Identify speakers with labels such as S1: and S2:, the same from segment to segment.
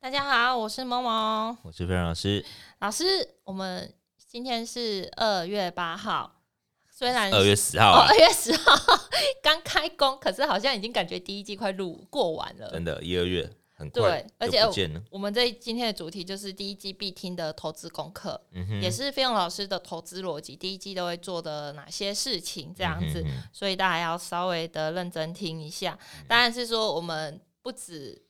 S1: 大家好，我是萌萌
S2: 我是飞扬老师。
S1: 老师。我们今天是二月八号，虽然
S2: 二月
S1: 是
S2: 十号
S1: 哦
S2: 啊、
S1: 二月十号刚开工，可是好像已经感觉第一季快录过完了。
S2: 真的，一二月很快
S1: 对，而
S2: 就
S1: 且哦
S2: 不见了。
S1: 我们这今天的主题就是第一季必听的投资功课，
S2: 嗯哼
S1: 也是费用老师的投资逻辑，第一季都会做的哪些事情这样子，
S2: 嗯哼嗯哼
S1: 所以大家要稍微的认真听一下。当然是说我们不止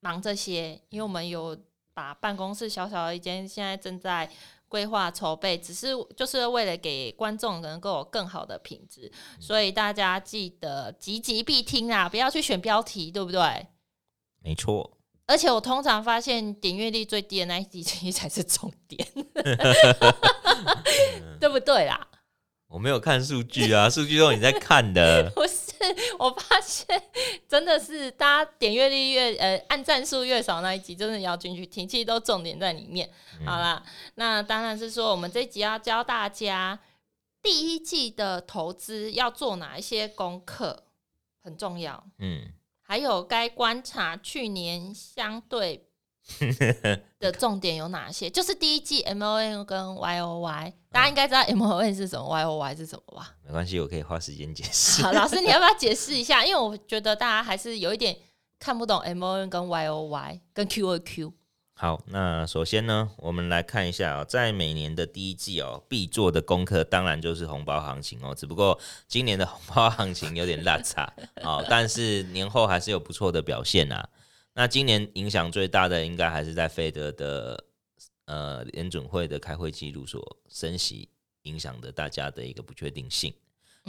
S1: 忙这些，因为我们有把办公室小小的一间现在正在。规划筹备，只是就是为了给观众能够有更好的品质，所以大家记得集集必听啊！不要去选标题，对不对？
S2: 没错，
S1: 而且我通常发现点阅率最低的那一集其实才是重点， 对不对啦？
S2: 我没有看数据啊，数据都是你在看的。
S1: 不是，我发现真的是大家点阅率越呃按赞数越少那一集，真的要进去听，其实都重点在里面。好啦，那当然是说我们这一集要教大家第一季的投资要做哪一些功课，很重要。
S2: 嗯，
S1: 还有该观察去年相对的重点有哪些？就是第一季 M O N 跟 Y O Y，大家应该知道 M O N 是什么，Y O Y 是什么吧？
S2: 没关系，我可以花时间解释。
S1: 好，老师，你要不要解释一下？因为我觉得大家还是有一点看不懂 M O N 跟 Y O Y 跟 Q O Q。
S2: 好，那首先呢，我们来看一下哦，在每年的第一季哦，必做的功课当然就是红包行情哦，只不过今年的红包行情有点落差 哦，但是年后还是有不错的表现啊。那今年影响最大的应该还是在费德的呃联准会的开会记录所升息影响的大家的一个不确定性，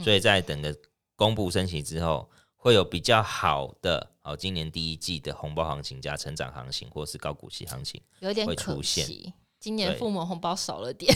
S2: 所以在整个公布升息之后，会有比较好的哦，今年第一季的红包行情加成长行情，或是高股息 行情。
S1: 有点
S2: 会
S1: 可
S2: 出现
S1: 惜，今年
S2: 对
S1: 父母红包少了点，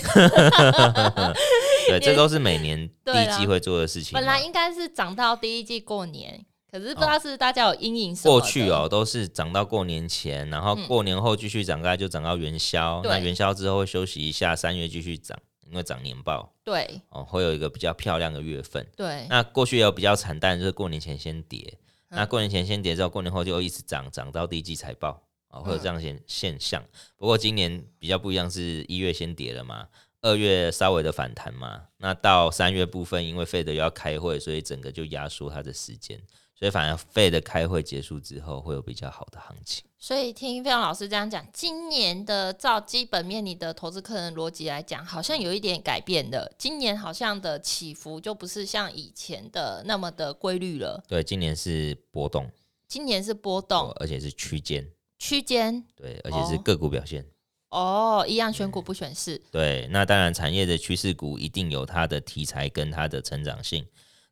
S2: 对，这都是每年第
S1: 对
S2: 一
S1: 啦
S2: 季会做的事情啊嘛。
S1: 本来应该是涨到第一季过年，可是不知道是不是大家有阴影什么
S2: 哦过
S1: 的嗯
S2: 去，哦，都是涨到过年前，然后过年后继续涨，大概就涨到元宵。
S1: 对
S2: 那元宵之后会休息一下，三月继续涨，因为涨年报
S1: 对
S2: 哦，会有一个比较漂亮的月份。
S1: 对
S2: 那过去也有比较惨淡，就是过年前先跌，
S1: 嗯
S2: 那过年前先跌之后，过年后就一直涨，涨到第一季财报啊、哦，会有
S1: 嗯
S2: 这样现现象。不过今年比较不一样，是一月先跌了嘛，二月稍微的反弹嘛，那到三月部分，因为费德要开会，所以整个就压缩它的时间，所以反而费德开会结束之后会有比较好的行情。
S1: 所以听费用老师这样讲，今年的照基本面你的投资客人逻辑来讲，好像有一点改变的。今年好像的起伏就不是像以前的那么的规律了，
S2: 对，今年是波动，
S1: 今年是波
S2: 哦
S1: 动、
S2: 而且是区间，
S1: 区间
S2: 对，而且是
S1: 哦
S2: 个股表现。
S1: 哦，一样选股不选市。
S2: 对，那当然，产业的趋势股一定有它的题材跟它的成长性。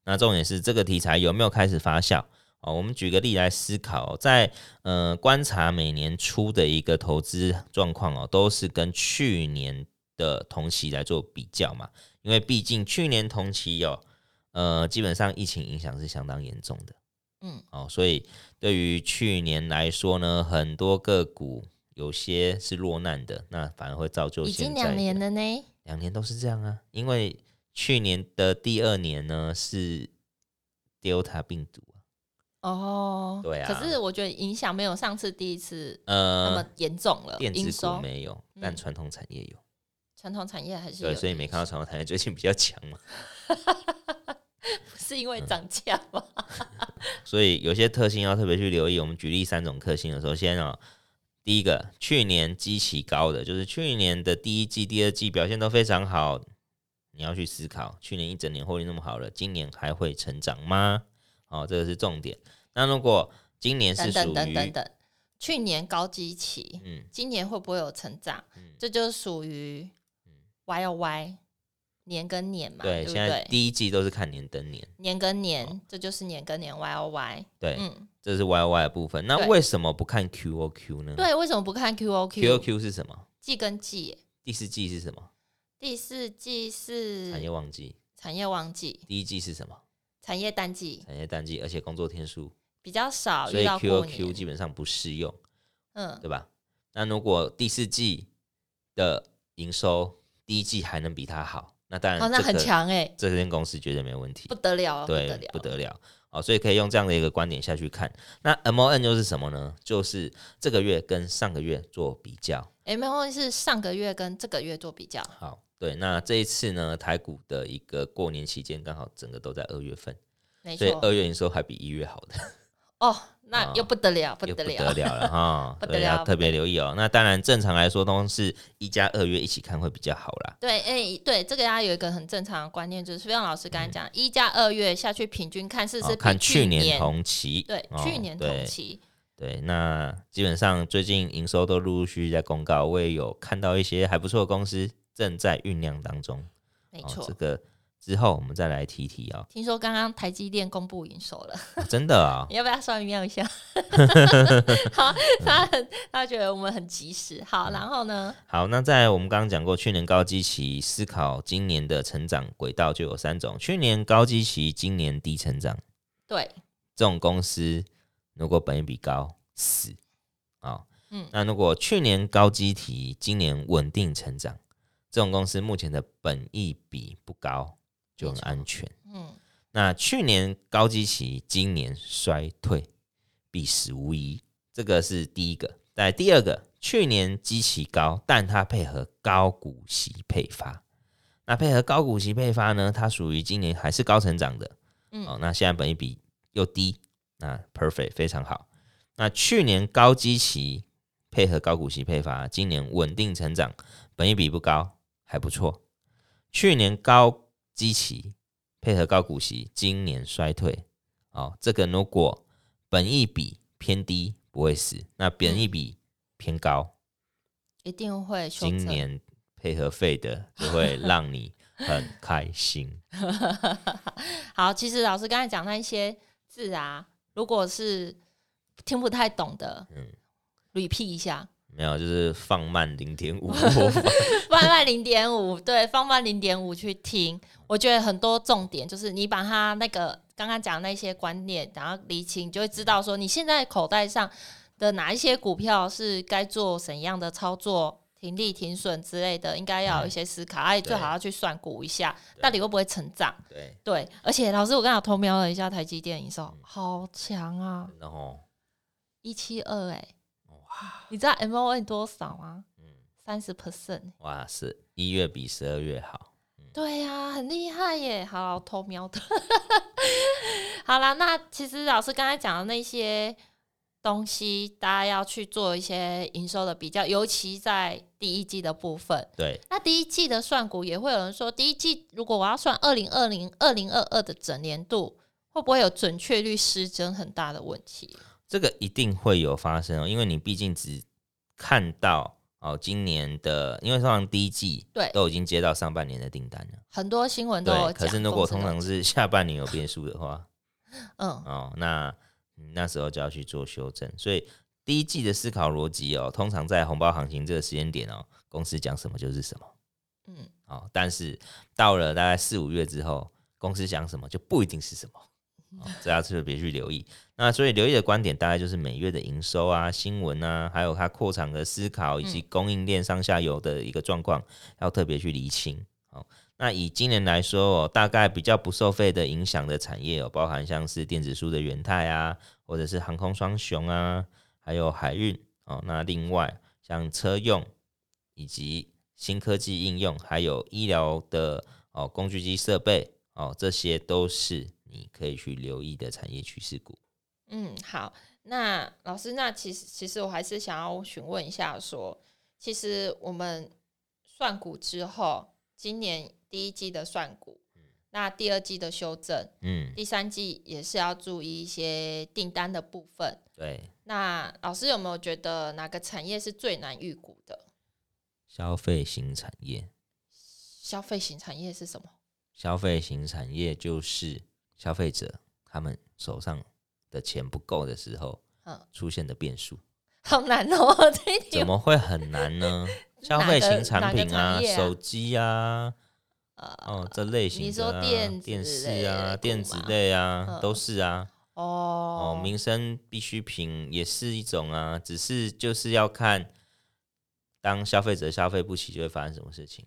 S2: 那重点是这个题材有没有开始发酵？哦，我们举个例来思考哦，在呃观察每年初的一个投资状况哦，都是跟去年的同期来做比较嘛，因为毕竟去年同期哦，呃，基本上疫情影响是相当严重的。
S1: 嗯，
S2: 哦，所以对于去年来说呢，很多个股有些是落难的，那反而会造就
S1: 已
S2: 现
S1: 经
S2: 在
S1: 两
S2: 的
S1: 年了呢。
S2: 两年都是这样啊，因为去年的第二年呢是 Delta 病毒啊，
S1: 哦，
S2: 对啊
S1: 可是我觉得影响没有上次第一次那么
S2: 呃，
S1: 严重了，
S2: 电
S1: 营
S2: 子股
S1: 收
S2: 没有，但
S1: 嗯
S2: 传统产业有，
S1: 传统产业还是有
S2: 对，，所以没看到传统产业最近比较强嘛，
S1: 是因为
S2: 嗯
S1: 涨价吗？
S2: 所以有些特性要特别去留意。我们举例三种特性的时候，先啊、第一个，去年基期高的，就是去年的第一季、第二季表现都非常好，你要去思考，去年一整年获利那么好了，今年还会成长吗？哦，这个是重点。那如果今年是
S1: 等
S2: 属
S1: 等等
S2: 于
S1: 等等，去年高基期，
S2: 嗯
S1: 今年会不会有成长？
S2: 嗯，
S1: 这就属于 Y O Y 年跟年嘛，
S2: 对，
S1: 不
S2: 现在
S1: 对？
S2: 第一季都是看年登年，
S1: 年跟年，这就是年跟年 Y O Y。
S2: 对，
S1: 嗯，
S2: 这是 Y Y 的部分。那
S1: 对
S2: 为什么不看 Q O Q 呢？
S1: 对，为什么不看 Q O
S2: ，Q O Q 是什么？
S1: 季跟季？
S2: 第四季是什么？
S1: 第四季
S2: 产业
S1: 是
S2: 旺季。
S1: 产业旺季，
S2: 第一季是什么？
S1: 产业淡季
S2: 产业淡季，而且工作天数，
S1: 比较少
S2: 所
S1: 遇
S2: 以
S1: 到
S2: Q
S1: 过
S2: O Q
S1: 年。
S2: 基本上不适用，
S1: 嗯，
S2: 对吧？那如果第四季的营收第一季还能比它好，那当然
S1: 好
S2: 这
S1: 像哦
S2: 个
S1: 很强哎，
S2: 这间公司绝对没问题
S1: 哦不。得了，不
S2: 对
S1: 得了，
S2: 不得了哦，所以可以用这样的一个观点下去看。那 M O N 又是什么呢？就是这个月跟上个月做比较。
S1: M O N 是上个月跟这个月做比较，
S2: 好，对，那这一次呢，台股的一个过年期间刚好整个都在二月份，
S1: 没
S2: 所以
S1: 错。
S2: 二月营收还比一月好的。
S1: 哦，那又不得了，不
S2: 又
S1: 得
S2: 不
S1: 了，
S2: 得。了了哈
S1: 不得
S2: 对，
S1: 了
S2: 要特别留意哦。那当然，正常来说都是一加二月一起看会比较好啦。
S1: 对，哎、对，这个大家有一个很正常的观念，就是像老师刚才讲，一加二月下去平均看是不
S2: 嗯哦
S1: 是、
S2: 看去
S1: 年
S2: 年同期，
S1: 对
S2: 哦
S1: 去年同
S2: 对
S1: 期，
S2: 对，那基本上最近营收都陆陆续续在公告，我也有看到一些还不错的公司正在酝酿当中。
S1: 没
S2: 哦
S1: 错。
S2: 这个之后我们再来提提哦。
S1: 听说刚刚台积电公布营收了，
S2: 哦真的啊、
S1: 你要不要稍微瞄一下？ 好，
S2: 嗯
S1: 他很他觉得我们很及时。好，然后呢？
S2: 好，那在我们刚刚讲过，去年高基期思考今年的成长轨道就有三种：去年高基期，今年低成长。
S1: 对，
S2: 这种公司如果本益比高，死啊、哦
S1: 嗯
S2: 那如果去年高基提，今年稳定成长，这种公司目前的本益比不高，就很安全。
S1: 嗯，
S2: 那去年高基期，今年衰退，必死无疑。这个是第一个。在第二个，去年基期高，但它配合高股息配发。那配合高股息配发呢，它属于今年还是高成长的。
S1: 嗯
S2: 哦，那现在本益比又低，那 perfect 非常好。那去年高基期配合高股息配发，今年稳定成长，本益比不高，还不错。去年高基期配合高股息，今年衰退。哦，这个如果本益比偏低不会死，那本益比偏高，
S1: 一定会修
S2: 今
S1: 正。
S2: 年配合费的就会让你很开心。
S1: 好，其实老师刚才讲那一些字啊，如果是听不太懂的，
S2: 嗯
S1: repeat 一下，
S2: 没有，就是放慢零点五播放。
S1: 放慢零点五，对，放慢零点五去听。我觉得很多重点就是你把它那个刚刚讲的那些观念，然后理清，你就会知道说你现在口袋上的哪一些股票是该做怎样的操作。停利、停损之类的，应该要
S2: 嗯
S1: 有一些思考，哎、最好要去算股一下，到底会不会成长？
S2: 对，
S1: 对，而且老师，我刚好偷瞄了一下台积电营收，好强啊，
S2: 然后
S1: 一七二哎，你知道 M O N 多少吗？三十 percent，
S2: 嗯哇，是一月比十二月好。
S1: 对呀、很厉害耶！好，偷瞄的。 好啦，那其实老师刚才讲的那些东西，大家要去做一些营收的比较，尤其在第一季的部分。
S2: 对，
S1: 那第一季的算股也会有人说，第一季如果我要算二零二零、二零二二的整年度，会不会有准确率失真很大的问题？
S2: 这个一定会有发生哦，因为你毕竟只看到哦今年的，因为通常第一季
S1: 对
S2: 都已经接到上半年的订单了。
S1: 很多新闻都有讲。
S2: 对，可是如果
S1: 公
S2: 通
S1: 司的
S2: 常是下半年有变数的话，
S1: 嗯，
S2: 哦，那嗯那时候就要去做修正。所以第一季的思考逻辑哦，通常在红包行情这个时间点哦，公司讲什么就是什么。
S1: 嗯，
S2: 哦，但是到了大概四五月之后，公司想什么就不一定是什么，哦、这要特别去留意。那所以留意的观点大概就是每月的营收啊、新闻啊，还有它扩产的思考以及供应链上下游的一个状况，要特别去厘清。哦，那以今年来说、哦，大概比较不受费的影响的产业有、包含像是电子书的元泰啊，或者是航空双雄啊，还有海运哦。那另外像车用以及新科技应用，还有医疗的哦工具机设备哦，这些都是你可以去留意的产业趋势股。
S1: 嗯，好，那老师，那其实其实我还是想要询问一下说其实我们算股之后，今年第一季的算股，那第二季的修正，
S2: 嗯，
S1: 第三季也是要注意一些订单的部分。
S2: 对，
S1: 那老师有没有觉得哪个产业是最难预估的？
S2: 消费型产业，
S1: 消费型产业是什么？
S2: 消费型产业就是消费者他们手上的钱不够的时候
S1: 嗯，
S2: 出现的变 数。
S1: 好难哦，这一题
S2: 怎么会很难呢？消
S1: 哪
S2: 费
S1: 个
S2: 型
S1: 哪
S2: 产
S1: 个
S2: 品啊，
S1: 产业啊
S2: 手机啊，
S1: 呃
S2: 哦这类型的、啊，
S1: 你说电子
S2: 电视
S1: 类的
S2: 啊，
S1: 股
S2: 电子
S1: 吗
S2: 类啊，
S1: 嗯
S2: 都是啊。哦
S1: 哦，，
S2: 民生必需品也是一种啊，只是就是要看当消费者消费不起就会发生什么事情。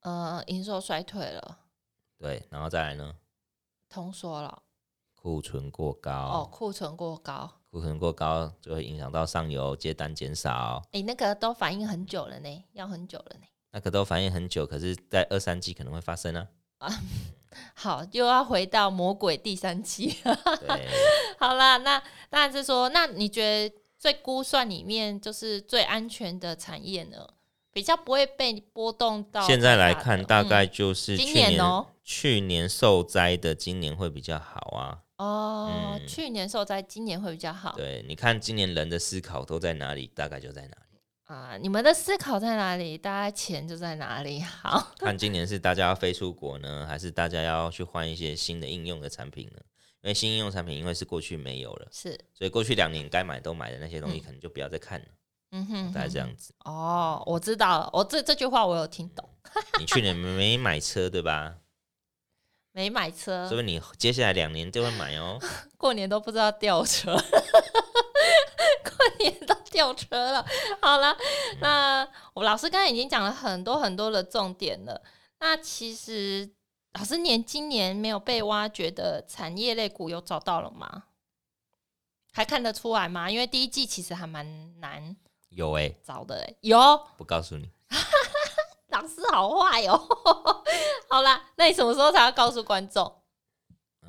S1: 呃，营收衰退了，
S2: 对，然后再来呢，
S1: 通缩了。
S2: 库存过
S1: 哦，
S2: 高，
S1: 库存过高，
S2: 库存过高就会影响到上游接单减少，
S1: 诶，那个都反应很久了呢，要很久了呢。
S2: 那个都反应很久，可是，在二三季可能会发 生啊。
S1: 好，又要回到魔鬼第三期。
S2: 对，
S1: 好啦，那那是说，那你觉得最估算里面就是最安全的产业呢，比较不会被波动到太大的？
S2: 现在来看，大
S1: 嗯
S2: 概就是
S1: 今
S2: 去
S1: 年哦
S2: 去年受灾的，今年会比较好啊。
S1: 哦，
S2: 嗯
S1: 去年受灾，今年会比较好
S2: 对，你看今年人的思考都在哪里，大概就在哪里。
S1: 啊。你们的思考在哪里？大家钱就在哪里。 好，
S2: 看今年是大家要飞出国呢，还是大家要去换一些新的应用的产品呢？因为新应用产品因为是过去没有了，
S1: 是，
S2: 所以过去两年该买都买的那些东西，
S1: 嗯
S2: 可能就不要再看了，
S1: 嗯哼，
S2: 大概这
S1: 嗯
S2: 样子。
S1: 哼。哦，我知道了，我这这句话我有听懂。
S2: 你去年没买车对吧？
S1: 没买车
S2: 所，以你接下来两年就会买哦。
S1: 过年都不知道吊车， 过年都吊车了。好了，那我老师刚才已经讲了很多很多的重点了。那其实老师年今年没有被挖掘的产业类股有找到了吗？还看得出来吗？因为第一季其实还蛮难
S2: 有诶、
S1: 找的、欸。有
S2: 不告诉你，
S1: 老师好坏哦。 好啦，那你什么时候才要告诉观众？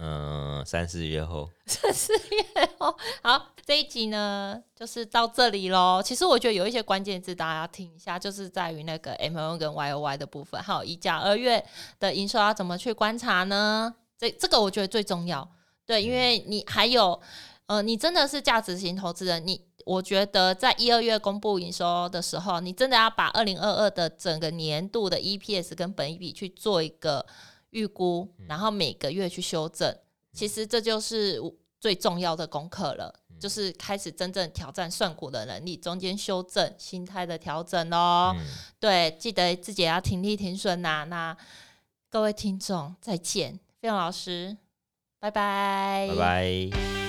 S2: 嗯、三四月后。
S1: 四月哦。 好，这一集呢就是到这里喽。其实我觉得有一些关键字大家要听一下，就是在于那个 M O 跟 Y O Y 的部分，还有一加二月的营收要怎么去观察呢？这这个我觉得最重要，对，因为你还有呃，你真的是价值型投资人，你。我觉得在一二月公布营收的时候，你真的要把二零二二的整个年度的 EPS 跟本益比去做一个预估，然后每个月去修正。其实这就是我最重要的功课了，就是开始真正挑战算股的能力，中间修正心态的调整哦。
S2: 嗯，
S1: 对，记得自己也要停利停损呐、那各位听众再见，费用老师，拜拜，
S2: 拜拜。